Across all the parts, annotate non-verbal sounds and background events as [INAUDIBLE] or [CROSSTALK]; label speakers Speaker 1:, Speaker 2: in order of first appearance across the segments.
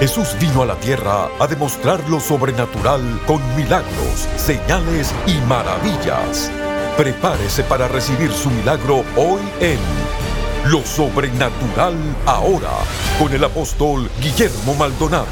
Speaker 1: Jesús vino a la tierra a demostrar lo sobrenatural con milagros, señales y maravillas. Prepárese para recibir su milagro hoy en Lo Sobrenatural Ahora con el apóstol Guillermo Maldonado.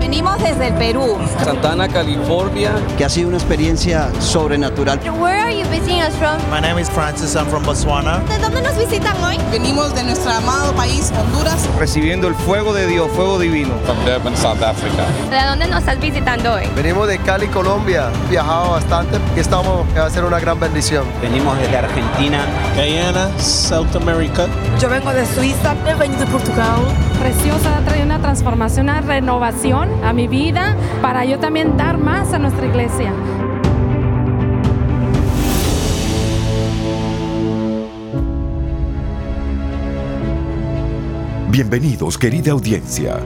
Speaker 2: Venimos desde el Perú.
Speaker 3: Santana, California.
Speaker 4: que ha sido una experiencia sobrenatural.
Speaker 5: Where are you visiting us from?
Speaker 6: My name is Francis, I'm from Botswana.
Speaker 5: ¿De dónde nos visitan hoy?
Speaker 7: Venimos de nuestro amado país, Honduras.
Speaker 8: Recibiendo el fuego de Dios, fuego divino.
Speaker 9: From Durban, South Africa.
Speaker 5: ¿De dónde nos estás visitando hoy?
Speaker 10: Venimos de Cali, Colombia. Viajado bastante y estamos va a ser una gran bendición.
Speaker 4: Venimos desde Argentina.
Speaker 11: Guyana, South America.
Speaker 12: Yo vengo de Suiza, yo vengo de Portugal.
Speaker 13: Preciosa, ha traído una transformación, una renovación a mi vida para yo también dar más a nuestra iglesia.
Speaker 1: Bienvenidos querida audiencia.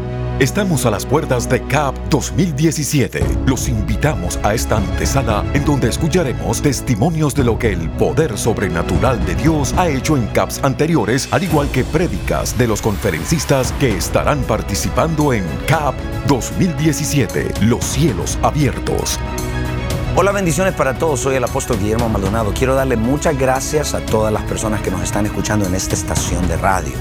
Speaker 1: Estamos a las puertas de CAP 2017. Los invitamos a esta antesala en donde escucharemos testimonios de lo que el poder sobrenatural de Dios ha hecho en CAPs anteriores, al igual que prédicas de los conferencistas que estarán participando en CAP 2017, Los cielos abiertos.
Speaker 14: Hola, bendiciones para todos. Soy el apóstol Guillermo Maldonado. Quiero darle muchas gracias a todas las personas que nos están escuchando en esta estación de radio.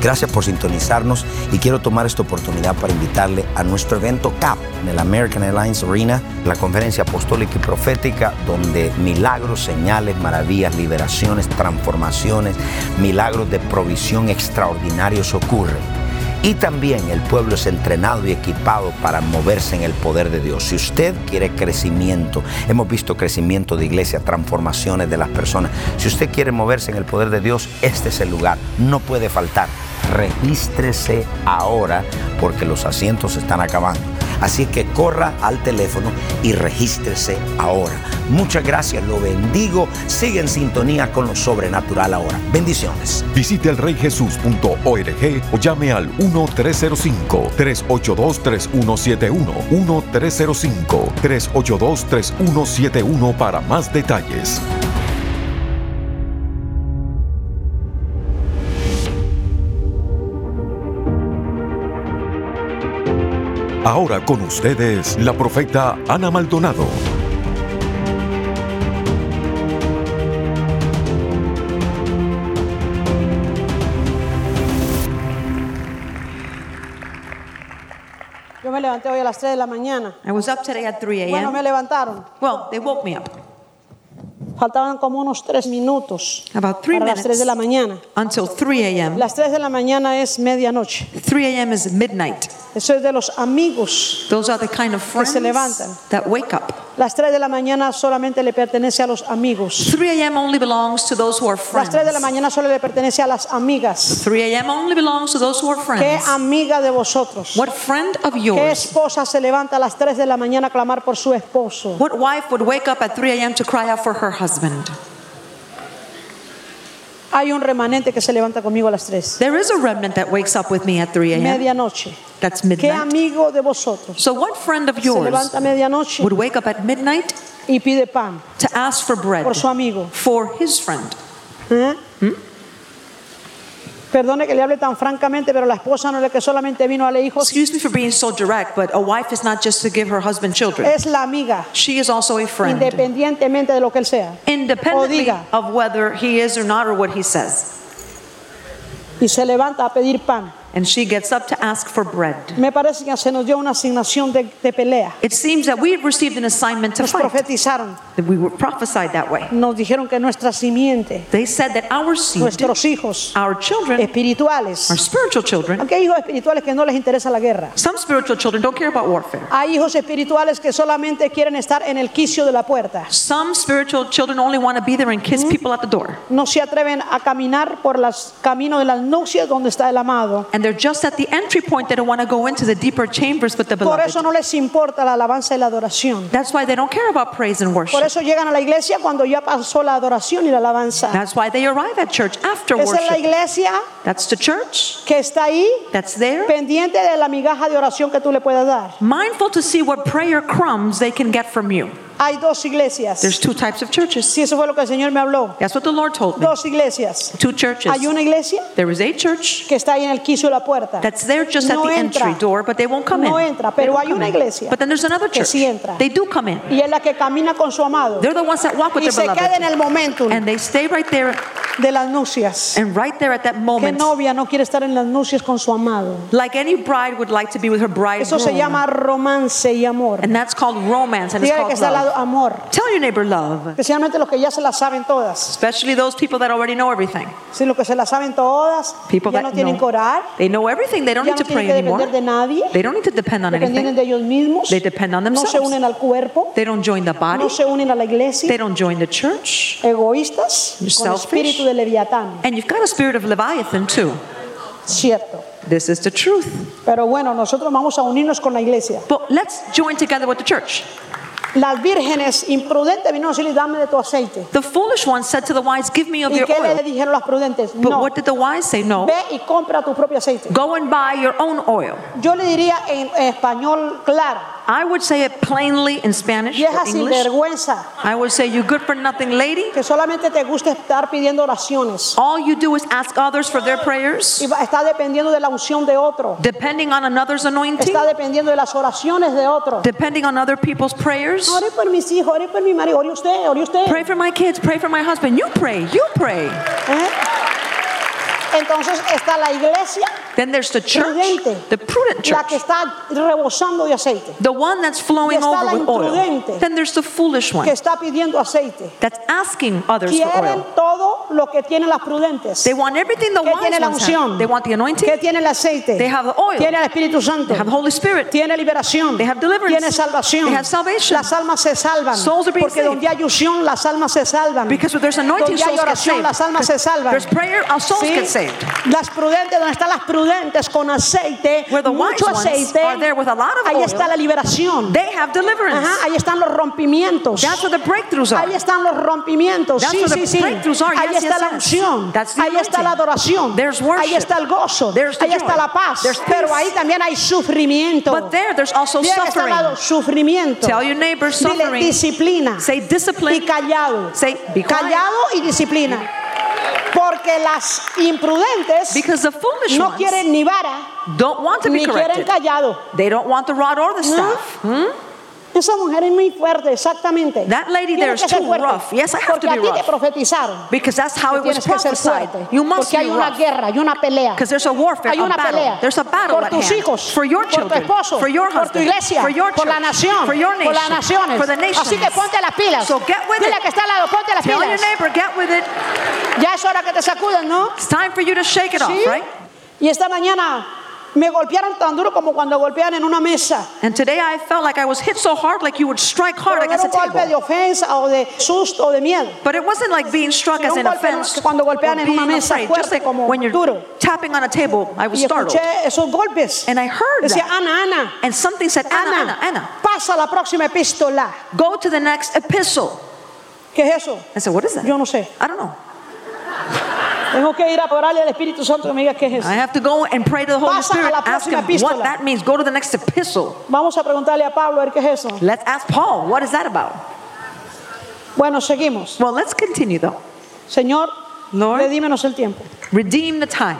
Speaker 14: Gracias por sintonizarnos y quiero tomar esta oportunidad para invitarle a nuestro evento CAP en el American Airlines Arena, la conferencia apostólica y profética donde milagros, señales, maravillas, liberaciones, transformaciones, milagros de provisión extraordinarios ocurren. Y también el pueblo es entrenado y equipado para moverse en el poder de Dios. Si usted quiere crecimiento, hemos visto crecimiento de iglesia, transformaciones de las personas. Si usted quiere moverse en el poder de Dios, este es el lugar. No puede faltar. Regístrese ahora porque los asientos se están acabando. Así que corra al teléfono y regístrese ahora. Muchas gracias, lo bendigo. Sigue en sintonía con lo sobrenatural ahora. Bendiciones.
Speaker 1: Visite elreyjesus.org o llame al 1-305-382-3171. 1-305-382-3171 para más detalles. Ahora con ustedes, la profeta Ana Maldonado.
Speaker 15: Yo me levanté hoy a las 3 de la mañana.
Speaker 16: I was up today at 3
Speaker 15: Bueno, me
Speaker 16: a.m.
Speaker 15: levantaron.
Speaker 16: Well, they woke me up
Speaker 15: Faltaban como unos 3 minutos
Speaker 16: about 3
Speaker 15: para las 3 de la
Speaker 16: minutes
Speaker 15: mañana.
Speaker 16: until 3 a.m.
Speaker 15: Las 3 de la mañana es medianoche.
Speaker 16: 3 a.m. is midnight.
Speaker 15: Eso es de los amigos.
Speaker 16: Those are the kind of
Speaker 15: Que
Speaker 16: friends
Speaker 15: se levantan.
Speaker 16: that wake up.
Speaker 15: Las 3 de la mañana solamente le pertenece a los amigos.
Speaker 16: 3 a.m. only belongs to those who are
Speaker 15: Las
Speaker 16: friends.
Speaker 15: 3 de la mañana solo le pertenece a las amigas.
Speaker 16: 3 a.m. only belongs to those who are
Speaker 15: ¿Qué
Speaker 16: friends.
Speaker 15: amiga de vosotros?
Speaker 16: What friend of
Speaker 15: ¿Qué
Speaker 16: yours?
Speaker 15: esposa se levanta a las 3 de la mañana a clamar por su esposo?
Speaker 16: What wife would wake up at 3 a.m. to cry out for her husband?
Speaker 15: Hay un remanente que se levanta conmigo a las 3.
Speaker 16: There is a remnant that wakes up with me at 3 a.m.
Speaker 15: Medianoche.
Speaker 16: That's
Speaker 15: ¿Qué
Speaker 16: midnight.
Speaker 15: amigo de vosotros
Speaker 16: So what friend of
Speaker 15: se
Speaker 16: yours
Speaker 15: levanta a medianoche
Speaker 16: would wake up at midnight
Speaker 15: y pide pan
Speaker 16: to ask for bread
Speaker 15: por su amigo?
Speaker 16: for his friend?
Speaker 15: ¿Eh? Perdone que le hable tan francamente, pero la esposa no es la que solamente vino a leer hijos,
Speaker 16: Excuse me for being so direct, but a wife is not just to give her husband children.
Speaker 15: es la amiga,
Speaker 16: She is also a friend,
Speaker 15: independientemente de lo que él sea.
Speaker 16: independently
Speaker 15: O diga.
Speaker 16: of whether he is or not or what he says.
Speaker 15: Y se levanta a pedir pan.
Speaker 16: And she gets up to ask for bread.
Speaker 15: Me parece que se nos dio una asignación de, de pelea.
Speaker 16: It seems that we received an assignment to
Speaker 15: Nos
Speaker 16: fight.
Speaker 15: profetizaron,
Speaker 16: That we were prophesied that way.
Speaker 15: nos dijeron que nuestra simiente,
Speaker 16: They said that our seed,
Speaker 15: nuestros hijos
Speaker 16: our children,
Speaker 15: espirituales,
Speaker 16: our spiritual children,
Speaker 15: aunque hay hijos espirituales que no les interesa la guerra,
Speaker 16: some spiritual children don't care about warfare.
Speaker 15: hay hijos espirituales que solamente quieren estar en el quicio de la puerta.
Speaker 16: Some spiritual children only want to be there and
Speaker 15: Mm-hmm.
Speaker 16: kiss people at the door.
Speaker 15: no se atreven a caminar por los caminos de las nupcias donde está el amado.
Speaker 16: And they're just at the entry point. They don't want to go into the deeper chambers with the
Speaker 15: Por eso
Speaker 16: beloved.
Speaker 15: no les importa la alabanza y la adoración.
Speaker 16: That's why they don't care about praise and worship.
Speaker 15: Por eso llegan a la iglesia cuando ya pasó la adoración y la alabanza.
Speaker 16: That's why they arrive at church after
Speaker 15: Esa es la
Speaker 16: worship.
Speaker 15: iglesia
Speaker 16: That's the church.
Speaker 15: que está ahí
Speaker 16: That's there.
Speaker 15: pendiente de la migaja de oración que tú le puedas dar.
Speaker 16: Mindful to see what prayer crumbs they can get from you.
Speaker 15: Hay dos iglesias.
Speaker 16: There's two types of churches.
Speaker 15: Si eso fue lo que el Señor me habló.
Speaker 16: That's what the Lord told me.
Speaker 15: Dos iglesias.
Speaker 16: Two churches.
Speaker 15: Hay una iglesia
Speaker 16: There is a church
Speaker 15: que está ahí en el quiso de la puerta.
Speaker 16: that's there just
Speaker 15: No
Speaker 16: at the
Speaker 15: entra.
Speaker 16: entry door, but they won't come
Speaker 15: No
Speaker 16: in.
Speaker 15: entra,
Speaker 16: They
Speaker 15: pero
Speaker 16: won't
Speaker 15: hay
Speaker 16: come
Speaker 15: una
Speaker 16: in.
Speaker 15: iglesia
Speaker 16: But then there's another
Speaker 15: que
Speaker 16: church.
Speaker 15: sí entra.
Speaker 16: They do come in.
Speaker 15: Y es la que camina con su amado.
Speaker 16: They're the ones that walk with
Speaker 15: Y
Speaker 16: their
Speaker 15: se queda en
Speaker 16: beloved.
Speaker 15: el momento
Speaker 16: And they stay right there,
Speaker 15: de las nupcias.
Speaker 16: and right there at that
Speaker 15: ¿Qué
Speaker 16: moment,
Speaker 15: novia no quiere estar en las nupcias con su amado?
Speaker 16: like any bride would like to be with her
Speaker 15: Eso
Speaker 16: bridegroom.
Speaker 15: se llama romance y amor.
Speaker 16: And that's called romance, and it's
Speaker 15: Dígale que
Speaker 16: called
Speaker 15: está al lado
Speaker 16: love.
Speaker 15: amor.
Speaker 16: Tell your neighbor love,
Speaker 15: Especialmente los que ya se la saben todas.
Speaker 16: especially those people that already know everything.
Speaker 15: Si los que se la saben todas
Speaker 16: People
Speaker 15: ya
Speaker 16: that
Speaker 15: no tienen
Speaker 16: know.
Speaker 15: que orar,
Speaker 16: They know everything. They don't
Speaker 15: ya
Speaker 16: need
Speaker 15: no
Speaker 16: to
Speaker 15: tienen
Speaker 16: pray
Speaker 15: que depender
Speaker 16: anymore.
Speaker 15: de nadie,
Speaker 16: They don't need to depend on
Speaker 15: dependen
Speaker 16: anything.
Speaker 15: de ellos mismos,
Speaker 16: They depend on
Speaker 15: no se unen
Speaker 16: themselves.
Speaker 15: al cuerpo,
Speaker 16: They don't join the body.
Speaker 15: no se unen a la
Speaker 16: They
Speaker 15: iglesia,
Speaker 16: don't join the church.
Speaker 15: egoístas,
Speaker 16: You're
Speaker 15: con el
Speaker 16: selfish.
Speaker 15: espíritu de Leviatán,
Speaker 16: And you've got a spirit of Leviathan too.
Speaker 15: cierto.
Speaker 16: This is the truth.
Speaker 15: Pero bueno, nosotros vamos a unirnos con la iglesia.
Speaker 16: But let's join together with the church.
Speaker 15: Las vírgenes imprudentes vino a decirle, dame de tu aceite.
Speaker 16: The foolish one said to the wise, Give me of
Speaker 15: ¿Y
Speaker 16: your
Speaker 15: qué le
Speaker 16: oil.
Speaker 15: dijeron las prudentes?
Speaker 16: But
Speaker 15: No,
Speaker 16: what did the wise say? No.
Speaker 15: ve y compra tu propio aceite.
Speaker 16: Go and buy your own oil.
Speaker 15: Yo le diría en español claro,
Speaker 16: I would say it plainly in Spanish or
Speaker 15: vieja sin
Speaker 16: English.
Speaker 15: vergüenza,
Speaker 16: I would say, You good for nothing lady.
Speaker 15: que solamente te gusta estar pidiendo oraciones.
Speaker 16: All you do is ask others for their prayers,
Speaker 15: y va- está dependiendo de la unción de otro,
Speaker 16: depending on another's anointing,
Speaker 15: está dependiendo de las oraciones de otro.
Speaker 16: depending on other people's prayers.
Speaker 15: Ore por mis hijos, ore por mi marido, ore usted, ore usted.
Speaker 16: Pray for my kids, pray for my husband. You pray, you pray.
Speaker 15: ¿Eh? Entonces está la iglesia,
Speaker 16: Then there's the church,
Speaker 15: Prudente.
Speaker 16: the prudent
Speaker 15: la que
Speaker 16: church,
Speaker 15: está rebosando de aceite,
Speaker 16: the one that's flowing
Speaker 15: Y está la
Speaker 16: over with oil.
Speaker 15: imprudente.
Speaker 16: Then there's the foolish
Speaker 15: que
Speaker 16: one
Speaker 15: está pidiendo aceite.
Speaker 16: that's asking others for
Speaker 15: Quieren
Speaker 16: oil.
Speaker 15: todo lo que tienen las prudentes.
Speaker 16: They want everything the
Speaker 15: ¿Qué tiene
Speaker 16: wise
Speaker 15: la
Speaker 16: ones have.
Speaker 15: unción?
Speaker 16: They want the
Speaker 15: ¿Qué
Speaker 16: anointing,
Speaker 15: tiene el aceite?
Speaker 16: They have the oil.
Speaker 15: Tiene el Espíritu Santo.
Speaker 16: they have the Holy Spirit.
Speaker 15: tiene liberación,
Speaker 16: They have deliverance.
Speaker 15: tiene salvación.
Speaker 16: They have salvation.
Speaker 15: Las almas se salvan.
Speaker 16: Souls are being
Speaker 15: porque
Speaker 16: saved.
Speaker 15: donde hay unción, las almas se salvan.
Speaker 16: Because when there's anointing,
Speaker 15: donde hay
Speaker 16: souls get
Speaker 15: oración,
Speaker 16: saved.
Speaker 15: las almas se salvan.
Speaker 16: There's prayer, our souls
Speaker 15: Sí.
Speaker 16: get saved.
Speaker 15: Las prudentes, donde están las prudentes con aceite,
Speaker 16: Where the
Speaker 15: mucho
Speaker 16: wise ones
Speaker 15: aceite,
Speaker 16: are there with a lot of
Speaker 15: ahí
Speaker 16: oil.
Speaker 15: está la liberación.
Speaker 16: They have deliverance.
Speaker 15: Ajá, ahí están los rompimientos.
Speaker 16: That's where the breakthroughs
Speaker 15: Ahí
Speaker 16: are.
Speaker 15: están los rompimientos.
Speaker 16: That's
Speaker 15: Sí,
Speaker 16: where the
Speaker 15: sí, sí.
Speaker 16: breakthroughs are.
Speaker 15: Ahí
Speaker 16: Yes,
Speaker 15: está
Speaker 16: yes,
Speaker 15: la
Speaker 16: yes.
Speaker 15: unción.
Speaker 16: That's the
Speaker 15: Ahí está
Speaker 16: anointing.
Speaker 15: la adoración.
Speaker 16: There's
Speaker 15: Ahí
Speaker 16: worship.
Speaker 15: está el gozo.
Speaker 16: There's the
Speaker 15: Ahí está
Speaker 16: joy.
Speaker 15: la paz.
Speaker 16: There's
Speaker 15: Pero
Speaker 16: peace.
Speaker 15: ahí también hay sufrimiento.
Speaker 16: But there, there's also
Speaker 15: Dile que está al
Speaker 16: suffering.
Speaker 15: lado, sufrimiento.
Speaker 16: Tell your neighbor
Speaker 15: Dile
Speaker 16: suffering.
Speaker 15: disciplina.
Speaker 16: Say discipline.
Speaker 15: Y callado.
Speaker 16: Say, be quiet.
Speaker 15: Callado y disciplina. Porque las imprudentes
Speaker 16: Because the foolish
Speaker 15: no
Speaker 16: ones
Speaker 15: quieren ni vara
Speaker 16: don't want to be
Speaker 15: ni quieren
Speaker 16: corrected.
Speaker 15: callado.
Speaker 16: They don't want the rod or the
Speaker 15: No.
Speaker 16: staff. Hmm?
Speaker 15: Esa mujer es muy fuerte, exactamente.
Speaker 16: That lady
Speaker 15: Tiene
Speaker 16: there is
Speaker 15: que ser
Speaker 16: too
Speaker 15: fuerte,
Speaker 16: rough. Yes, I have
Speaker 15: porque
Speaker 16: to be
Speaker 15: a ti te
Speaker 16: rough.
Speaker 15: profetizaron.
Speaker 16: Because that's how it was
Speaker 15: Tienes que ser fuerte.
Speaker 16: prophesied. You must
Speaker 15: porque
Speaker 16: be
Speaker 15: hay una
Speaker 16: rough.
Speaker 15: guerra, hay una pelea.
Speaker 16: Because there's a warfare,
Speaker 15: Hay
Speaker 16: a
Speaker 15: una pelea.
Speaker 16: battle. There's a battle
Speaker 15: por
Speaker 16: at
Speaker 15: tus
Speaker 16: hand.
Speaker 15: hijos,
Speaker 16: For your
Speaker 15: por
Speaker 16: children,
Speaker 15: tu esposo,
Speaker 16: for your
Speaker 15: por tu
Speaker 16: husband,
Speaker 15: iglesia,
Speaker 16: for your
Speaker 15: por la
Speaker 16: church,
Speaker 15: nación,
Speaker 16: for your
Speaker 15: por las
Speaker 16: nation,
Speaker 15: naciones.
Speaker 16: for the nations.
Speaker 15: Así que ponte las pilas.
Speaker 16: So get with
Speaker 15: Dile
Speaker 16: it.
Speaker 15: que está al lado, ponte las
Speaker 16: Tell your
Speaker 15: pilas.
Speaker 16: neighbor, get with it.
Speaker 15: Ya es hora que te sacudan, ¿no?
Speaker 16: It's time for you to shake it off,
Speaker 15: Sí.
Speaker 16: right?
Speaker 15: Y esta mañana me golpearon tan duro como cuando golpean en una mesa.
Speaker 16: And today I felt like I was hit so hard, like you would strike hard
Speaker 15: Pero no era
Speaker 16: against a
Speaker 15: un golpe
Speaker 16: table.
Speaker 15: de ofensa o de susto o de miedo.
Speaker 16: But it wasn't like being struck
Speaker 15: Sino
Speaker 16: as
Speaker 15: un
Speaker 16: an
Speaker 15: golpe
Speaker 16: offense.
Speaker 15: cuando golpean
Speaker 16: or
Speaker 15: en una
Speaker 16: being
Speaker 15: mesa
Speaker 16: afraid.
Speaker 15: fuerte
Speaker 16: Just like
Speaker 15: como
Speaker 16: when you're
Speaker 15: duro.
Speaker 16: tapping on a table, I was
Speaker 15: Y
Speaker 16: startled.
Speaker 15: escuché esos golpes.
Speaker 16: And I heard
Speaker 15: Decía,
Speaker 16: that.
Speaker 15: Ana, Ana,
Speaker 16: And something said, Anna, Anna,
Speaker 15: Ana,
Speaker 16: Anna,
Speaker 15: pasa a la próxima epístola.
Speaker 16: go to the next epistle.
Speaker 15: ¿Qué es eso?
Speaker 16: I said, what is that?
Speaker 15: Yo no sé.
Speaker 16: I don't know.
Speaker 15: [LAUGHS] Tengo que ir a orarle al Espíritu Santo que me diga qué es eso.
Speaker 16: I have to go and pray to the Holy
Speaker 15: Pasa a
Speaker 16: Spirit.
Speaker 15: la
Speaker 16: Ask
Speaker 15: próxima
Speaker 16: him what
Speaker 15: epístola.
Speaker 16: that means. Go to the next epistle.
Speaker 15: Vamos a preguntarle a Pablo a ver qué es eso.
Speaker 16: Let's ask Paul, what is that about?
Speaker 15: Bueno, seguimos.
Speaker 16: Well, let's continue though.
Speaker 15: Señor,
Speaker 16: Lord.
Speaker 15: redímenos el tiempo.
Speaker 16: Redeem the time.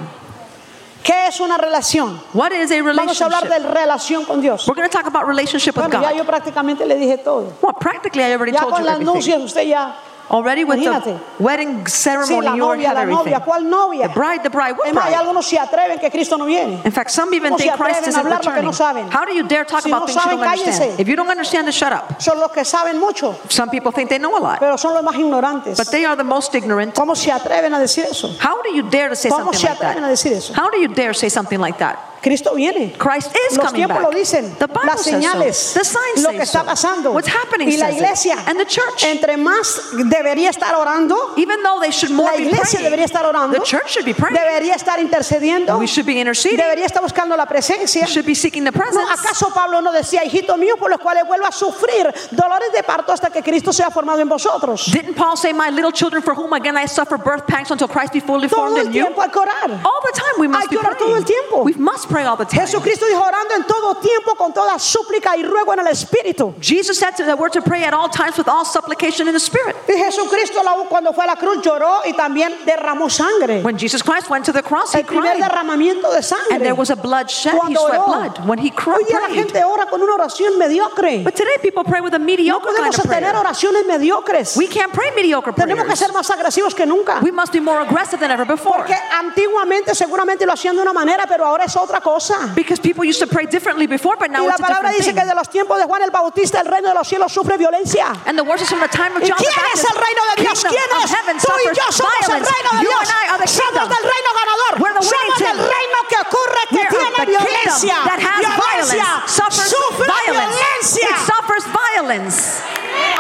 Speaker 15: ¿Qué es una relación?
Speaker 16: What is a
Speaker 15: Vamos a hablar de
Speaker 16: relationship?
Speaker 15: relación con Dios.
Speaker 16: We're going to talk about relationship with
Speaker 15: Bueno, ya
Speaker 16: God.
Speaker 15: yo prácticamente le dije todo.
Speaker 16: Well, practically I already
Speaker 15: Ya
Speaker 16: told
Speaker 15: con
Speaker 16: you
Speaker 15: las
Speaker 16: everything.
Speaker 15: nupcias usted ya.
Speaker 16: Already with the
Speaker 15: Imagínate.
Speaker 16: wedding
Speaker 15: Sí, la
Speaker 16: ceremony, you already
Speaker 15: novia,
Speaker 16: had
Speaker 15: la
Speaker 16: everything.
Speaker 15: novia. ¿Cuál novia?
Speaker 16: The bride, the bride, what
Speaker 15: Es más, hay
Speaker 16: bride?
Speaker 15: algunos se atreven que Cristo no viene.
Speaker 16: In fact, some even
Speaker 15: ¿Cómo se
Speaker 16: think Christ
Speaker 15: atreven a
Speaker 16: isn't
Speaker 15: hablar lo que
Speaker 16: returning.
Speaker 15: no saben?
Speaker 16: How do you dare talk
Speaker 15: Si
Speaker 16: about
Speaker 15: no
Speaker 16: things you don't
Speaker 15: saben,
Speaker 16: understand?
Speaker 15: cállense.
Speaker 16: If you don't understand, then shut up.
Speaker 15: Son los que saben mucho,
Speaker 16: Some people think they know a lot,
Speaker 15: pero son los más ignorantes.
Speaker 16: but they are the most ignorant.
Speaker 15: ¿Cómo se atreven a decir eso?
Speaker 16: How do you dare to say
Speaker 15: ¿Cómo
Speaker 16: something
Speaker 15: se
Speaker 16: like
Speaker 15: atreven a
Speaker 16: that?
Speaker 15: decir eso?
Speaker 16: How do you dare say something like that?
Speaker 15: Cristo viene.
Speaker 16: Christ is
Speaker 15: Los
Speaker 16: coming
Speaker 15: tiempos
Speaker 16: back.
Speaker 15: lo dicen,
Speaker 16: the Bible
Speaker 15: las
Speaker 16: says so.
Speaker 15: señales,
Speaker 16: The signs
Speaker 15: lo
Speaker 16: say
Speaker 15: que está
Speaker 16: so.
Speaker 15: pasando.
Speaker 16: What's happening
Speaker 15: y la
Speaker 16: says it.
Speaker 15: iglesia,
Speaker 16: And the church.
Speaker 15: entre más debería estar orando,
Speaker 16: Even though they should more
Speaker 15: la
Speaker 16: be
Speaker 15: iglesia
Speaker 16: praying,
Speaker 15: debería estar orando,
Speaker 16: the church should be praying.
Speaker 15: debería estar intercediendo,
Speaker 16: we should be interceding.
Speaker 15: debería estar buscando la presencia.
Speaker 16: We should be seeking the presence.
Speaker 15: No, ¿Acaso Pablo no decía, hijito mío, por los cuales vuelvo a sufrir dolores de parto hasta que Cristo sea formado en vosotros?
Speaker 16: Didn't Paul say, My little children, for whom again I suffer birth pangs until Christ be fully
Speaker 15: Todo
Speaker 16: formed
Speaker 15: el
Speaker 16: in you?
Speaker 15: tiempo hay que orar.
Speaker 16: All the time we must
Speaker 15: Hay que
Speaker 16: be
Speaker 15: orar
Speaker 16: praying.
Speaker 15: todo el tiempo.
Speaker 16: We must pray all the time.
Speaker 15: Jesucristo dijo orando en todo tiempo con toda súplica y ruego en el espíritu.
Speaker 16: Jesus said that we're to pray at all times with all supplication in the spirit.
Speaker 15: Y Jesucristo la- cuando fue a la cruz lloró y también derramó sangre.
Speaker 16: When Jesus Christ went to the cross, he
Speaker 15: El primer
Speaker 16: cried.
Speaker 15: derramamiento de sangre.
Speaker 16: And there was a bloodshed. He
Speaker 15: Cuando
Speaker 16: sweat
Speaker 15: oró.
Speaker 16: blood when he cr-
Speaker 15: Hoy día la
Speaker 16: prayed.
Speaker 15: gente ora con una oración mediocre.
Speaker 16: But today people pray with a
Speaker 15: No
Speaker 16: mediocre
Speaker 15: podemos
Speaker 16: kind of prayer.
Speaker 15: sostener oraciones mediocres.
Speaker 16: We can't pray mediocre
Speaker 15: Tenemos que
Speaker 16: prayers.
Speaker 15: ser más agresivos que nunca.
Speaker 16: We must be more aggressive than ever before.
Speaker 15: Porque antiguamente seguramente lo hacían de una manera, pero ahora es otra cosa.
Speaker 16: Because people used to pray differently before, but now
Speaker 15: Y la
Speaker 16: it's a
Speaker 15: palabra
Speaker 16: different
Speaker 15: dice
Speaker 16: thing.
Speaker 15: que de los tiempos de Juan el Bautista el reino de los cielos sufre violencia.
Speaker 16: And the words is from the time of
Speaker 15: ¿Y
Speaker 16: John the
Speaker 15: quién es
Speaker 16: Baptist.
Speaker 15: el reino de Dios?
Speaker 16: Kingdom
Speaker 15: ¿Quién
Speaker 16: of
Speaker 15: es?
Speaker 16: heaven
Speaker 15: Tú y
Speaker 16: suffers
Speaker 15: yo somos el
Speaker 16: violence.
Speaker 15: reino de
Speaker 16: You
Speaker 15: Dios.
Speaker 16: and I are the
Speaker 15: Somos
Speaker 16: kingdom.
Speaker 15: del reino
Speaker 16: We're
Speaker 15: ganador.
Speaker 16: the winning
Speaker 15: Somos del
Speaker 16: team.
Speaker 15: reino que ocurre, que
Speaker 16: We're of
Speaker 15: tiene
Speaker 16: the
Speaker 15: violencia.
Speaker 16: kingdom that has
Speaker 15: Violencia.
Speaker 16: violence, suffers
Speaker 15: Sufre
Speaker 16: violence. It
Speaker 15: violencia.
Speaker 16: suffers violence.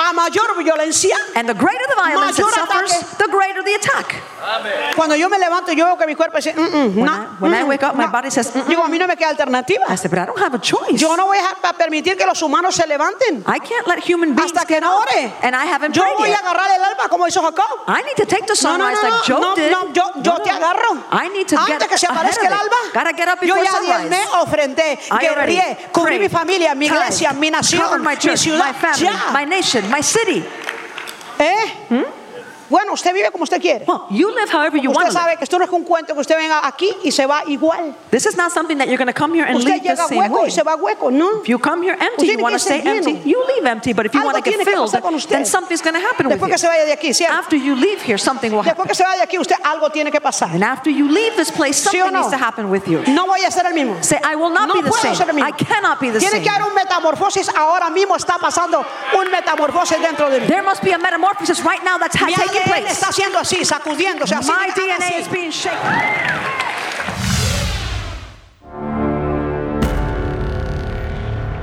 Speaker 15: A mayor violencia.
Speaker 16: And the greater the violence it
Speaker 15: Mayor
Speaker 16: suffers,
Speaker 15: ataque.
Speaker 16: the greater the attack.
Speaker 15: Cuando yo me levanto, yo veo que mi cuerpo dice, "Mm, mm,
Speaker 16: When,
Speaker 15: no,
Speaker 16: I, when I
Speaker 15: no,
Speaker 16: wake up, my
Speaker 15: no".
Speaker 16: body says, "Mm-mm."
Speaker 15: Digo, a mí no me queda alternativa.
Speaker 16: I said, but I don't have a choice.
Speaker 15: Yo no voy a pa- permitir que los humanos se levanten
Speaker 16: I can't let human beings
Speaker 15: hasta que
Speaker 16: get
Speaker 15: no
Speaker 16: up.
Speaker 15: ore.
Speaker 16: And I haven't
Speaker 15: Yo
Speaker 16: prayed
Speaker 15: voy a
Speaker 16: yet.
Speaker 15: agarrar el alba como hizo Jacob.
Speaker 16: I need to take the
Speaker 15: No, no,
Speaker 16: sunrise
Speaker 15: no,
Speaker 16: like Job
Speaker 15: no,
Speaker 16: did.
Speaker 15: no, yo, yo te agarro.
Speaker 16: I need to
Speaker 15: Antes
Speaker 16: get
Speaker 15: que se
Speaker 16: ahead
Speaker 15: aparezca
Speaker 16: of
Speaker 15: el
Speaker 16: it.
Speaker 15: alba,
Speaker 16: Gotta get up
Speaker 15: yo
Speaker 16: before
Speaker 15: ya
Speaker 16: sunrise.
Speaker 15: me ofrendé,
Speaker 16: I already
Speaker 15: guerrié, cubrí
Speaker 16: prayed,
Speaker 15: mi familia, mi
Speaker 16: tithed,
Speaker 15: iglesia, mi
Speaker 16: covered
Speaker 15: nación,
Speaker 16: my
Speaker 15: mi
Speaker 16: church,
Speaker 15: ciudad,
Speaker 16: my family,
Speaker 15: ya.
Speaker 16: my nation, my city.
Speaker 15: ¿Eh? Bueno, usted vive como usted quiere.
Speaker 16: Well, you live however you want to
Speaker 15: Usted
Speaker 16: live.
Speaker 15: sabe que esto no es un cuento que usted venga aquí y se va igual.
Speaker 16: This is not something that you're going to come here and
Speaker 15: Usted
Speaker 16: leave the
Speaker 15: llega
Speaker 16: same
Speaker 15: hueco
Speaker 16: way.
Speaker 15: y se va hueco, ¿no?
Speaker 16: If you come here empty,
Speaker 15: Usted
Speaker 16: you
Speaker 15: tiene
Speaker 16: want to
Speaker 15: que ser
Speaker 16: stay empty,
Speaker 15: lleno.
Speaker 16: you leave empty. But if you
Speaker 15: Algo
Speaker 16: want to
Speaker 15: tiene
Speaker 16: get
Speaker 15: que
Speaker 16: filled,
Speaker 15: pasar con usted.
Speaker 16: then something's going to happen with
Speaker 15: Después que se
Speaker 16: you.
Speaker 15: vaya de aquí, ¿cierto?
Speaker 16: After you leave here, something will happen.
Speaker 15: Después que se vaya de aquí, usted algo tiene que pasar.
Speaker 16: And after you leave this place,
Speaker 15: ¿Sí
Speaker 16: something
Speaker 15: o no?
Speaker 16: needs to happen with you.
Speaker 15: No voy a ser el mismo.
Speaker 16: Say, I will not
Speaker 15: No
Speaker 16: be the
Speaker 15: puedo
Speaker 16: same.
Speaker 15: ser el mismo.
Speaker 16: I cannot be the
Speaker 15: Tiene
Speaker 16: same.
Speaker 15: que haber un metamorfosis. Ahora mismo está pasando un metamorfosis dentro de mí.
Speaker 16: There must be a metamorphosis right now that's
Speaker 15: Mi
Speaker 16: taking
Speaker 15: ADN
Speaker 16: place.
Speaker 15: está haciendo así, sacudiéndose. Así,
Speaker 16: My
Speaker 15: hagan así.
Speaker 16: DNA is being shaken.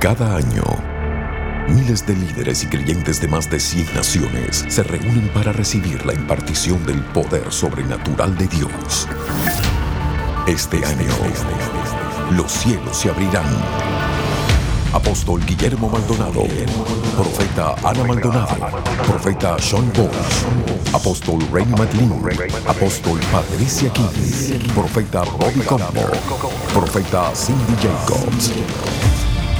Speaker 1: Cada año, miles de líderes y creyentes de más de 100 naciones se reúnen para recibir la impartición del poder sobrenatural de Dios. Este año, los cielos se abrirán. Apóstol Guillermo Maldonado, profeta Ana Maldonado, profeta Sean Bosch, apóstol Ray Madlin, apóstol Patricia King, profeta Robbie Combo, profeta Cindy Jacobs.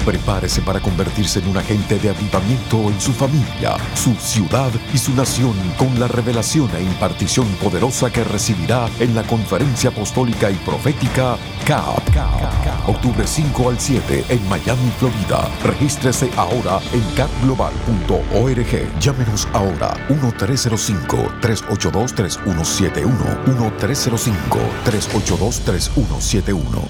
Speaker 1: Prepárese para convertirse en un agente de avivamiento en su familia, su ciudad y su nación con la revelación e impartición poderosa que recibirá en la Conferencia Apostólica y Profética CAP. Octubre 5 al 7 en Miami, Florida. Regístrese ahora en capglobal.org. Llámenos ahora 1-305-382-3171. 1-305-382-3171.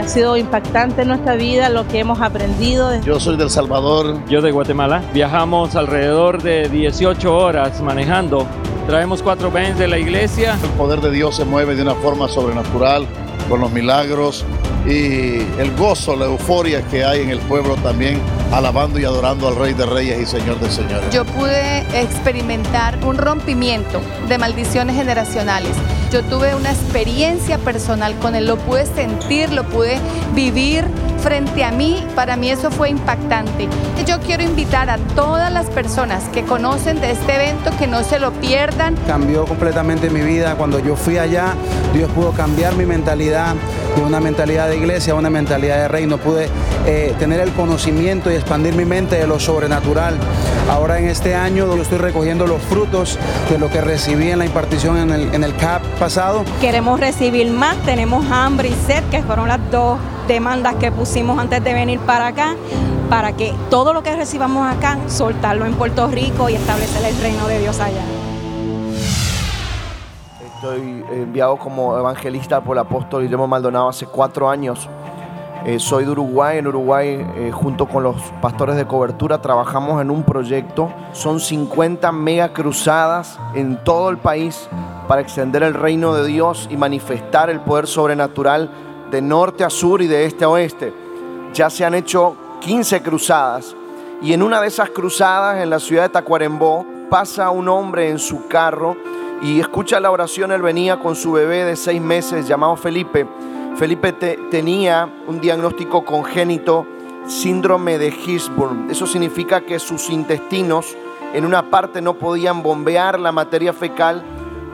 Speaker 17: Ha sido impactante en nuestra vida lo que hemos aprendido.
Speaker 18: Yo soy del Salvador.
Speaker 19: Yo de Guatemala. Viajamos alrededor de 18 horas manejando. Traemos cuatro vans de la iglesia.
Speaker 18: El poder de Dios se mueve de una forma sobrenatural con los milagros y el gozo, la euforia que hay en el pueblo también alabando y adorando al Rey de Reyes y Señor de Señores.
Speaker 5: Yo pude experimentar un rompimiento de maldiciones generacionales. Yo tuve una experiencia personal con él, lo pude sentir, lo pude vivir frente a mí. Para mí eso fue impactante. Yo quiero invitar a todas las personas que conocen de este evento que no se lo pierdan.
Speaker 20: Cambió completamente mi vida. Cuando yo fui allá, Dios pudo cambiar mi mentalidad de una mentalidad de iglesia a una mentalidad de reino. Pude eh, tener el conocimiento y expandir mi mente de lo sobrenatural. Ahora en este año yo estoy recogiendo los frutos de lo que recibí en la impartición en el, en el CAP pasado.
Speaker 17: Queremos recibir más, tenemos hambre y sed, que fueron las dos demandas que pusimos antes de venir para acá, para que todo lo que recibamos acá, soltarlo en Puerto Rico y establecer el reino de Dios allá.
Speaker 21: Estoy enviado como evangelista por el apóstol Guillermo Maldonado hace cuatro años. Eh, soy de Uruguay. En Uruguay, eh, junto con los pastores de cobertura, trabajamos en un proyecto. Son 50 mega cruzadas en todo el país para extender el reino de Dios y manifestar el poder sobrenatural de norte a sur y de este a oeste. Ya se han hecho 15 cruzadas y en una de esas cruzadas en la ciudad de Tacuarembó pasa un hombre en su carro y escucha la oración. Él venía con su bebé de seis meses llamado Felipe. Felipe te- tenía un diagnóstico congénito, síndrome de Hirschsprung. Eso significa que sus intestinos en una parte no podían bombear la materia fecal,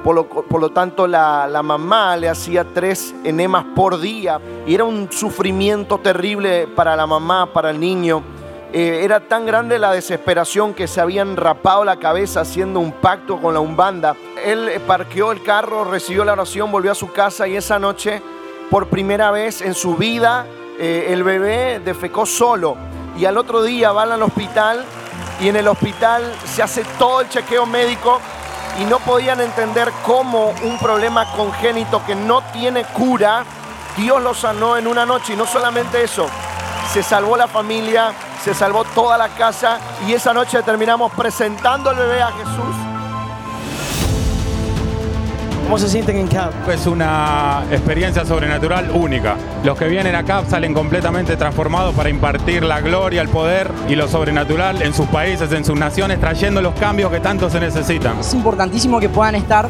Speaker 21: por lo, por lo tanto la, la, mamá le hacía tres enemas por día y era un sufrimiento terrible para la mamá, para el niño. Eh, era tan grande la desesperación que se habían rapado la cabeza haciendo un pacto con la Umbanda. Él parqueó el carro, recibió la oración, volvió a su casa y esa noche, por primera vez en su vida, eh, el bebé defecó solo y al otro día van al hospital y en el hospital se hace todo el chequeo médico y no podían entender cómo un problema congénito que no tiene cura, Dios lo sanó en una noche y no solamente eso, se salvó la familia, se salvó toda la casa y esa noche terminamos presentando al bebé a Jesús.
Speaker 2: ¿Cómo se sienten en CAP?
Speaker 22: Es una experiencia sobrenatural única. Los que vienen a CAP salen completamente transformados para impartir la gloria, el poder y lo sobrenatural en sus países, en sus naciones, trayendo los cambios que tanto se necesitan.
Speaker 23: Es importantísimo que puedan estar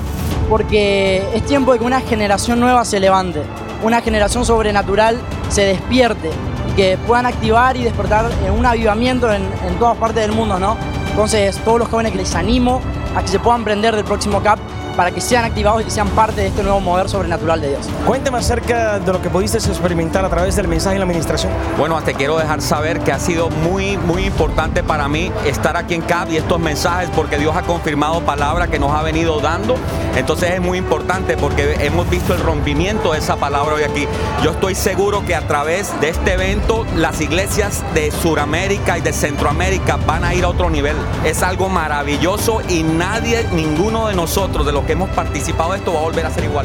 Speaker 23: porque es tiempo de que una generación nueva se levante, una generación sobrenatural se despierte y que puedan activar y despertar eh, un avivamiento en, en todas partes del mundo, ¿no? Entonces, todos los jóvenes que les animo a que se puedan prender del próximo CAP para que sean activados y que sean parte de este nuevo mover sobrenatural de Dios.
Speaker 2: Cuéntame acerca de lo que pudiste experimentar a través del mensaje y la administración.
Speaker 24: Bueno, te quiero dejar saber que ha sido muy, muy importante para mí estar aquí en CAP y estos mensajes porque Dios ha confirmado palabra que nos ha venido dando. Entonces es muy importante porque hemos visto el rompimiento de esa palabra hoy aquí. Yo estoy seguro que a través de este evento las iglesias de Sudamérica y de Centroamérica van a ir a otro nivel. Es algo maravilloso y nadie, ninguno de nosotros, de los que hemos participado de esto va a volver a ser igual.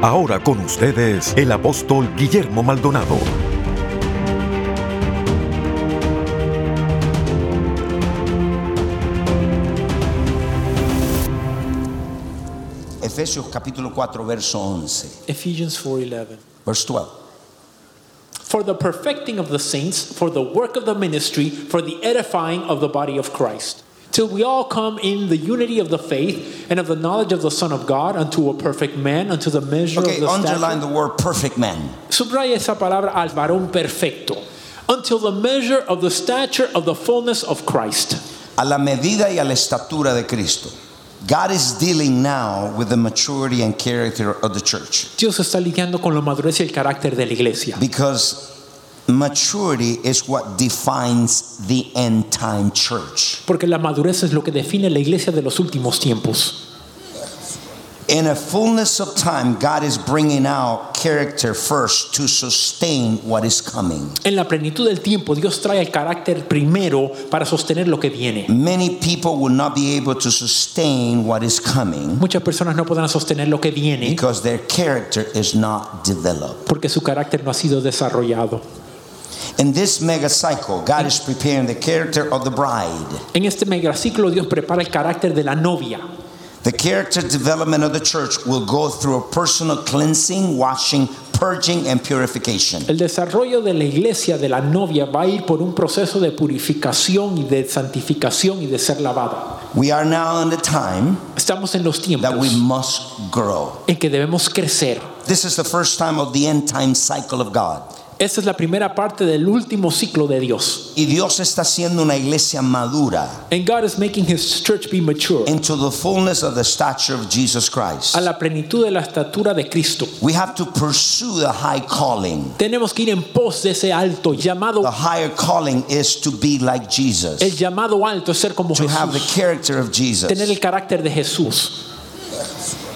Speaker 1: Ahora con ustedes el apóstol Guillermo Maldonado.
Speaker 25: Efesios capítulo 4 verso 11.
Speaker 26: Ephesians 4:11.
Speaker 25: Verse 12.
Speaker 26: For the perfecting of the saints, for the work of the ministry, for the edifying of the body of Christ, till we all come in the unity of the faith and of the knowledge of the Son of God unto a perfect man, unto the measure
Speaker 25: okay,
Speaker 26: of the
Speaker 25: underline
Speaker 26: stature.
Speaker 25: the word perfect man.
Speaker 26: Subraya esa palabra al varón perfecto, until the measure of the stature of the fullness of Christ.
Speaker 25: A la medida y a la estatura de Cristo. God is dealing now with the maturity and character of the church.
Speaker 26: Dios está lidiando con la madurez y el carácter de la iglesia.
Speaker 25: Because maturity is what defines the end time church.
Speaker 26: Porque la madurez es lo que define la iglesia de los últimos tiempos.
Speaker 25: In a fullness of time, God is bringing out character first to sustain what is coming.
Speaker 26: En la plenitud del tiempo, Dios trae el carácter primero para sostener lo que viene.
Speaker 25: Many people will not be able to sustain what is coming
Speaker 26: Muchas personas no podrán sostener lo que viene
Speaker 25: because their character is not developed.
Speaker 26: porque su carácter no ha sido desarrollado.
Speaker 25: In this mega cycle, God is preparing the character of the bride.
Speaker 26: En este megaciclo, Dios prepara el carácter de la novia.
Speaker 25: The character development of the church will go through a personal cleansing, washing, purging, and purification.
Speaker 26: El desarrollo de la iglesia de la novia va a ir por un proceso de purificación y de santificación y de ser lavada.
Speaker 25: We are now in the time
Speaker 26: Estamos en los tiempos
Speaker 25: that we must grow.
Speaker 26: en que debemos crecer.
Speaker 25: This is the first time of the end time cycle of God.
Speaker 26: Esta es la primera parte del último ciclo de Dios.
Speaker 25: Y Dios está haciendo una iglesia madura
Speaker 26: And God is making his church be mature
Speaker 25: into the fullness of the stature of Jesus Christ.
Speaker 26: a la plenitud de la estatura de Cristo.
Speaker 25: We have to pursue the high calling.
Speaker 26: Tenemos que ir en pos de ese alto llamado.
Speaker 25: The higher calling is to be like
Speaker 26: El
Speaker 25: Jesus,
Speaker 26: llamado alto es ser como
Speaker 25: to have the
Speaker 26: Jesús.
Speaker 25: character of
Speaker 17: tener
Speaker 25: Jesus.
Speaker 26: El carácter de Jesús.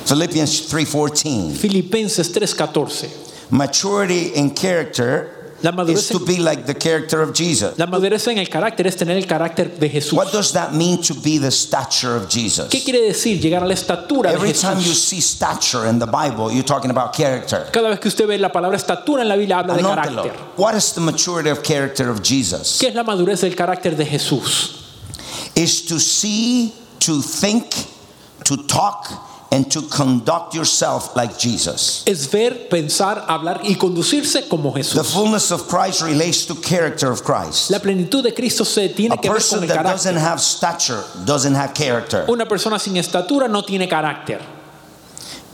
Speaker 25: Philippians 3:14.
Speaker 26: Filipenses 3:14.
Speaker 25: Maturity in character
Speaker 26: La madurez
Speaker 25: is to be like the character of Jesus.
Speaker 26: La madurez en el carácter es tener el carácter de Jesús.
Speaker 25: What does that mean to be the stature of
Speaker 26: ¿Qué
Speaker 25: Jesus?
Speaker 26: quiere decir llegar a la estatura de
Speaker 25: Every time you
Speaker 26: Jesús?
Speaker 25: see stature in the Bible, you're talking about character.
Speaker 26: Cada vez que usted ve la palabra estatura en la Biblia habla de
Speaker 25: Anótelo.
Speaker 26: carácter.
Speaker 25: What is the maturity of character of Jesus?
Speaker 26: ¿Qué es la madurez del carácter de Jesús?
Speaker 25: Is to see, to think, to talk, and to conduct yourself like Jesus.
Speaker 26: es ver, pensar, hablar y conducirse como
Speaker 25: The
Speaker 26: Jesús.
Speaker 25: fullness of Christ relates to character of Christ.
Speaker 26: La plenitud de Cristo se tiene
Speaker 25: A
Speaker 26: que ver con
Speaker 25: person
Speaker 26: el
Speaker 25: that doesn't
Speaker 26: carácter.
Speaker 25: have stature doesn't have character.
Speaker 26: Una persona sin estatura no tiene carácter.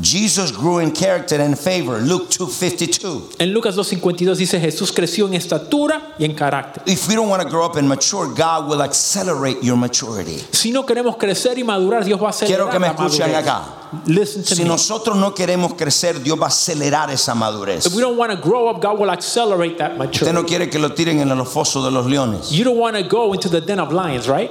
Speaker 25: Jesus grew in character and favor. Luke 2:52.
Speaker 26: En Lucas 2:52 dice Jesús creció en estatura y en carácter.
Speaker 25: If you don't want to grow up and mature, God will accelerate your maturity.
Speaker 26: Si no queremos crecer y madurar, Dios va a acelerar
Speaker 25: Quiero que me
Speaker 26: la
Speaker 25: escuchen
Speaker 26: madurez.
Speaker 25: acá. Si nosotros no queremos crecer, Dios va a acelerar esa madurez.
Speaker 26: If we don't want to grow up, God will accelerate that
Speaker 25: Usted no
Speaker 26: maturity.
Speaker 25: quiere que lo tiren en los fosos de los leones.
Speaker 26: You don't want to go into the den of lions, right?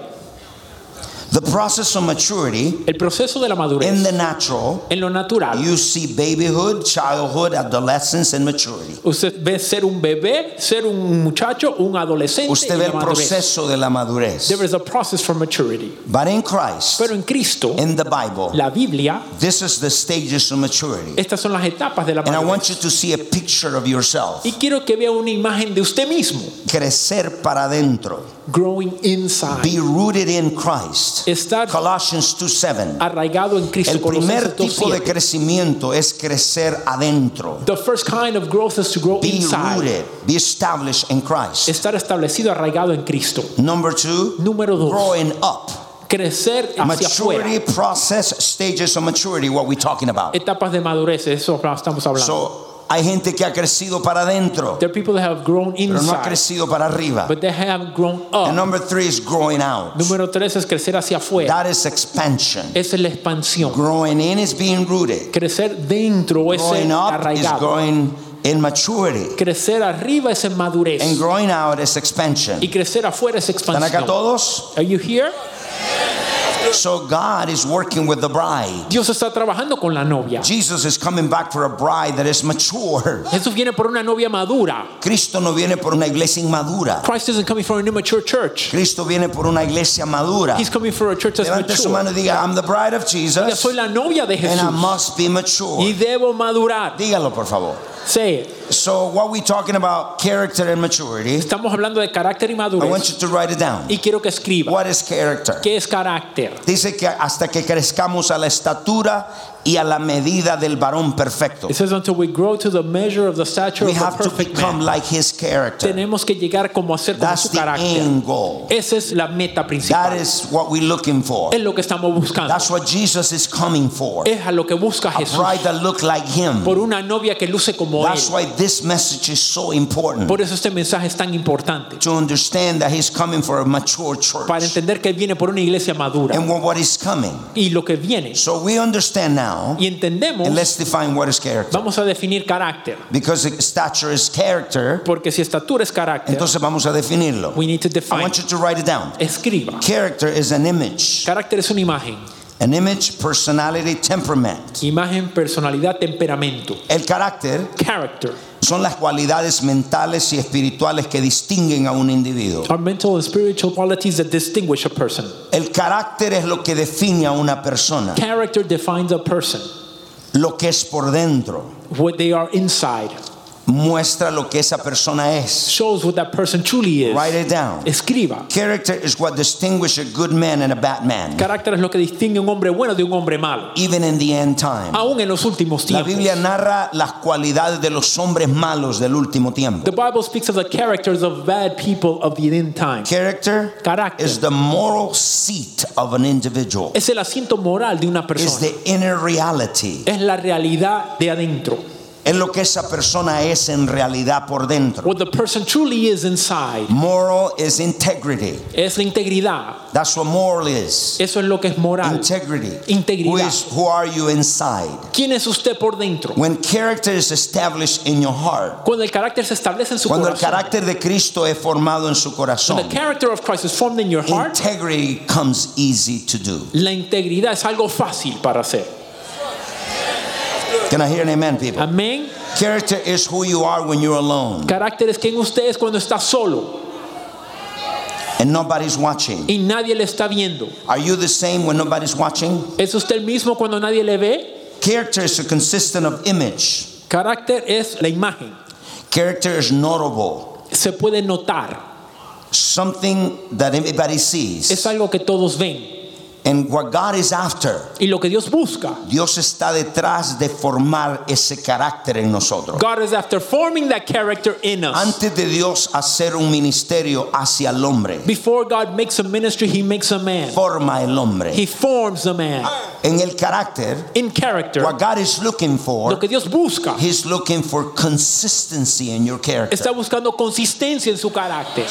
Speaker 25: The process of maturity
Speaker 26: El proceso de la madurez
Speaker 25: in the natural,
Speaker 26: en lo natural.
Speaker 25: you see babyhood, childhood, adolescence and maturity.
Speaker 26: Usted ve ser un bebé, ser un muchacho, un adolescente.
Speaker 25: Usted
Speaker 26: y
Speaker 25: ve
Speaker 26: la
Speaker 25: el
Speaker 26: madurez.
Speaker 25: proceso de la madurez.
Speaker 26: There is a process for maturity.
Speaker 25: But in Christ,
Speaker 26: Pero en Cristo,
Speaker 25: in the Bible,
Speaker 26: la Biblia,
Speaker 25: this is the stages of maturity.
Speaker 26: estas son las etapas de la
Speaker 25: And I
Speaker 26: madurez.
Speaker 25: want you to see a picture of yourself.
Speaker 26: Y quiero que vea una imagen de usted mismo.
Speaker 25: Crecer para adentro.
Speaker 26: Growing inside.
Speaker 25: Be rooted in Christ.
Speaker 26: Estar
Speaker 25: Colossians 2:7.
Speaker 26: arraigado en Cristo.
Speaker 25: El primer
Speaker 26: Ah, Colosenses
Speaker 25: tipo de
Speaker 26: 2:7.
Speaker 25: crecimiento es crecer adentro.
Speaker 26: The first kind of growth is to grow
Speaker 25: Be
Speaker 26: inside.
Speaker 25: rooted, be established in Christ.
Speaker 26: Estar establecido, arraigado en Cristo.
Speaker 25: Number two,
Speaker 26: Número dos.
Speaker 25: growing up.
Speaker 26: Crecer hacia afuera.
Speaker 25: Maturity process, stages of maturity, what we talking about.
Speaker 26: Etapas de madurez, de eso estamos hablando.
Speaker 25: So, hay gente que ha crecido para adentro,
Speaker 26: There are people that have grown
Speaker 25: pero no ha
Speaker 26: inside,
Speaker 25: crecido para arriba.
Speaker 26: but they haven't grown up.
Speaker 25: And number three is growing out.
Speaker 26: Número tres es crecer hacia afuera.
Speaker 25: That is expansion.
Speaker 26: Esa es la expansión.
Speaker 25: Growing in is being rooted.
Speaker 26: Crecer dentro es
Speaker 25: Growing
Speaker 26: ser
Speaker 25: up is
Speaker 26: arraigado.
Speaker 25: growing in maturity.
Speaker 26: Crecer arriba es en madurez.
Speaker 25: And growing out is expansion.
Speaker 26: Y crecer afuera es
Speaker 25: ¿Están acá
Speaker 26: expansión.
Speaker 25: todos?
Speaker 26: Are you here?
Speaker 25: So God is working with the bride.
Speaker 26: Dios está trabajando con la novia.
Speaker 25: Jesus is coming back for a bride that is mature.
Speaker 26: Jesús viene por una novia madura.
Speaker 25: Cristo no viene por una iglesia inmadura.
Speaker 26: Christ isn't coming for an immature church.
Speaker 25: Cristo viene por una iglesia madura.
Speaker 26: He's coming for a church that's
Speaker 25: Levante su mano y
Speaker 26: mature.
Speaker 25: diga, I'm the bride of
Speaker 26: Diga,
Speaker 25: Jesus
Speaker 16: soy
Speaker 26: Soy la novia de
Speaker 25: and I
Speaker 26: Jesús
Speaker 25: must be
Speaker 26: y
Speaker 25: mature.
Speaker 26: debo madurar.
Speaker 25: Dígalo, por favor.
Speaker 26: Say it.
Speaker 25: So what we talking about character and maturity?
Speaker 26: Estamos hablando de carácter y
Speaker 25: I want
Speaker 26: madurez
Speaker 25: you to write it down.
Speaker 26: y quiero que escriba.
Speaker 25: What is character?
Speaker 26: ¿Qué es carácter?
Speaker 25: Dice que hasta que crezcamos a la estatura y a la medida del varón perfecto.
Speaker 26: It says until we grow to the measure of the stature
Speaker 25: We
Speaker 26: of the
Speaker 25: have to
Speaker 26: perfect man.
Speaker 25: become like his character.
Speaker 26: Tenemos que llegar como a ser como
Speaker 25: That's
Speaker 26: su
Speaker 25: the
Speaker 26: carácter.
Speaker 25: end goal.
Speaker 26: Esa es la meta
Speaker 25: That
Speaker 26: principal.
Speaker 25: is what we're looking for.
Speaker 26: Es lo que estamos buscando.
Speaker 25: That's what Jesus is coming for.
Speaker 26: Es a lo que busca
Speaker 25: A
Speaker 26: Jesús.
Speaker 25: bride that look like him.
Speaker 26: Por una novia que luce como él.
Speaker 25: That's why this message is so important.
Speaker 26: Por eso este mensaje es tan importante.
Speaker 25: To understand that he's coming for a mature church.
Speaker 26: Para entender que viene por una iglesia madura.
Speaker 25: And what, what is coming.
Speaker 26: Y lo que viene.
Speaker 25: So we understand now.
Speaker 26: Y entendemos,
Speaker 25: And let's define what is character.
Speaker 26: vamos a definir carácter.
Speaker 25: Because stature is character.
Speaker 26: Porque si estatura es carácter,
Speaker 25: Entonces vamos a definirlo.
Speaker 26: we need to
Speaker 25: I
Speaker 26: define.
Speaker 25: want you to write it down.
Speaker 26: Escriba.
Speaker 25: Character is an image.
Speaker 26: Carácter es una imagen.
Speaker 25: An image, personality, temperament.
Speaker 26: Imagen, personalidad, temperamento.
Speaker 25: El carácter
Speaker 26: Character
Speaker 25: son las cualidades mentales y espirituales que distinguen a un individuo.
Speaker 26: are mental and spiritual qualities that distinguish a person.
Speaker 25: El carácter es lo que define a una persona,
Speaker 26: Character defines a person.
Speaker 25: lo que es por dentro.
Speaker 26: What they are inside
Speaker 25: muestra lo que esa persona es.
Speaker 26: shows what that person truly is.
Speaker 25: Write it down.
Speaker 26: Escriba.
Speaker 25: Character is what distinguishes a good man and a bad man,
Speaker 26: Carácter es lo que distingue un hombre bueno de un hombre malo.
Speaker 25: even in the end time.
Speaker 26: Aún en los últimos
Speaker 25: La
Speaker 26: tiempos.
Speaker 25: Biblia narra las cualidades de los hombres malos del último tiempo.
Speaker 26: The Bible speaks of the characters of bad people of the end time.
Speaker 25: Character is
Speaker 26: Carácter
Speaker 25: the moral seat of an individual.
Speaker 26: es el asiento moral de una
Speaker 25: Es
Speaker 26: persona.
Speaker 25: the inner reality.
Speaker 26: Es la realidad de adentro.
Speaker 25: Es lo que esa persona es en realidad por dentro.
Speaker 26: What the person truly is inside.
Speaker 25: Moral is integrity.
Speaker 26: Es la integridad.
Speaker 25: That's what moral is.
Speaker 26: Eso es lo que es moral.
Speaker 25: Integrity. Who
Speaker 26: Integridad.
Speaker 25: is who are you inside?
Speaker 26: ¿Quién es usted por dentro?
Speaker 25: When character is established in your heart,
Speaker 26: Cuando el carácter se establece en su
Speaker 25: cuando el
Speaker 26: corazón.
Speaker 25: carácter de Cristo es formado en su
Speaker 26: When
Speaker 25: corazón,
Speaker 26: the character of Christ is formed in your heart,
Speaker 25: integrity comes easy to do.
Speaker 26: la integridad es algo fácil para hacer.
Speaker 25: Can I hear an amen, people?
Speaker 26: Amén.
Speaker 25: Character is who you are when you're alone
Speaker 26: Carácter es quien usted es cuando está solo
Speaker 25: and nobody's watching.
Speaker 26: y nadie le está viendo.
Speaker 25: Are you the same when nobody's watching?
Speaker 26: ¿Es usted el mismo cuando nadie le ve?
Speaker 25: Character is consistent of image.
Speaker 26: Carácter es la imagen.
Speaker 25: Character is notable,
Speaker 26: Se puede notar.
Speaker 25: something that everybody sees.
Speaker 26: Es algo que todos ven.
Speaker 25: And what God is after,
Speaker 26: y lo que Dios busca.
Speaker 25: Dios está detrás de formar ese carácter en nosotros.
Speaker 26: God is after forming that character in us.
Speaker 25: Antes de Dios hacer un ministerio hacia el hombre,
Speaker 26: Before God makes a ministry, He makes a man.
Speaker 25: forma el hombre.
Speaker 26: He forms a man.
Speaker 25: En el carácter,
Speaker 26: In character,
Speaker 25: what God is looking for,
Speaker 26: lo que Dios busca
Speaker 25: He's looking for consistency in your character.
Speaker 26: está buscando consistencia en su carácter.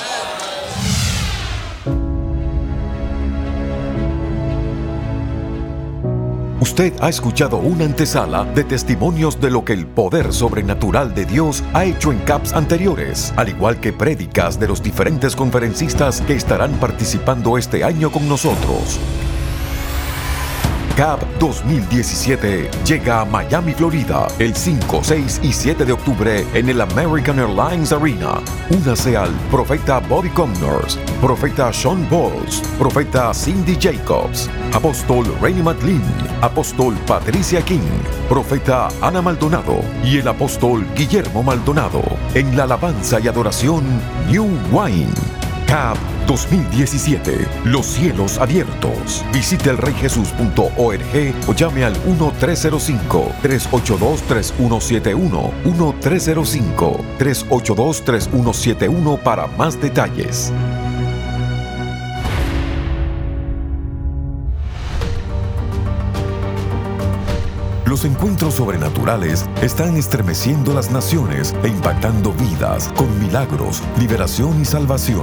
Speaker 1: Usted ha escuchado una antesala de testimonios de lo que el poder sobrenatural de Dios ha hecho en CAPS anteriores, al igual que prédicas de los diferentes conferencistas que estarán participando este año con nosotros. CAP 2017 llega a Miami, Florida, el 5, 6 y 7 de octubre en el American Airlines Arena. Únase al profeta Bobby Comnors, profeta Sean Bowles, profeta Cindy Jacobs, apóstol Rainy McLean, apóstol Patricia King, profeta Ana Maldonado y el apóstol Guillermo Maldonado en la alabanza y adoración New Wine. CAP 2017. Los cielos abiertos. Visite elreyjesus.org o llame al 1-305-382-3171. 1-305-382-3171 para más detalles. Los encuentros sobrenaturales están estremeciendo las naciones e impactando vidas con milagros, liberación y salvación.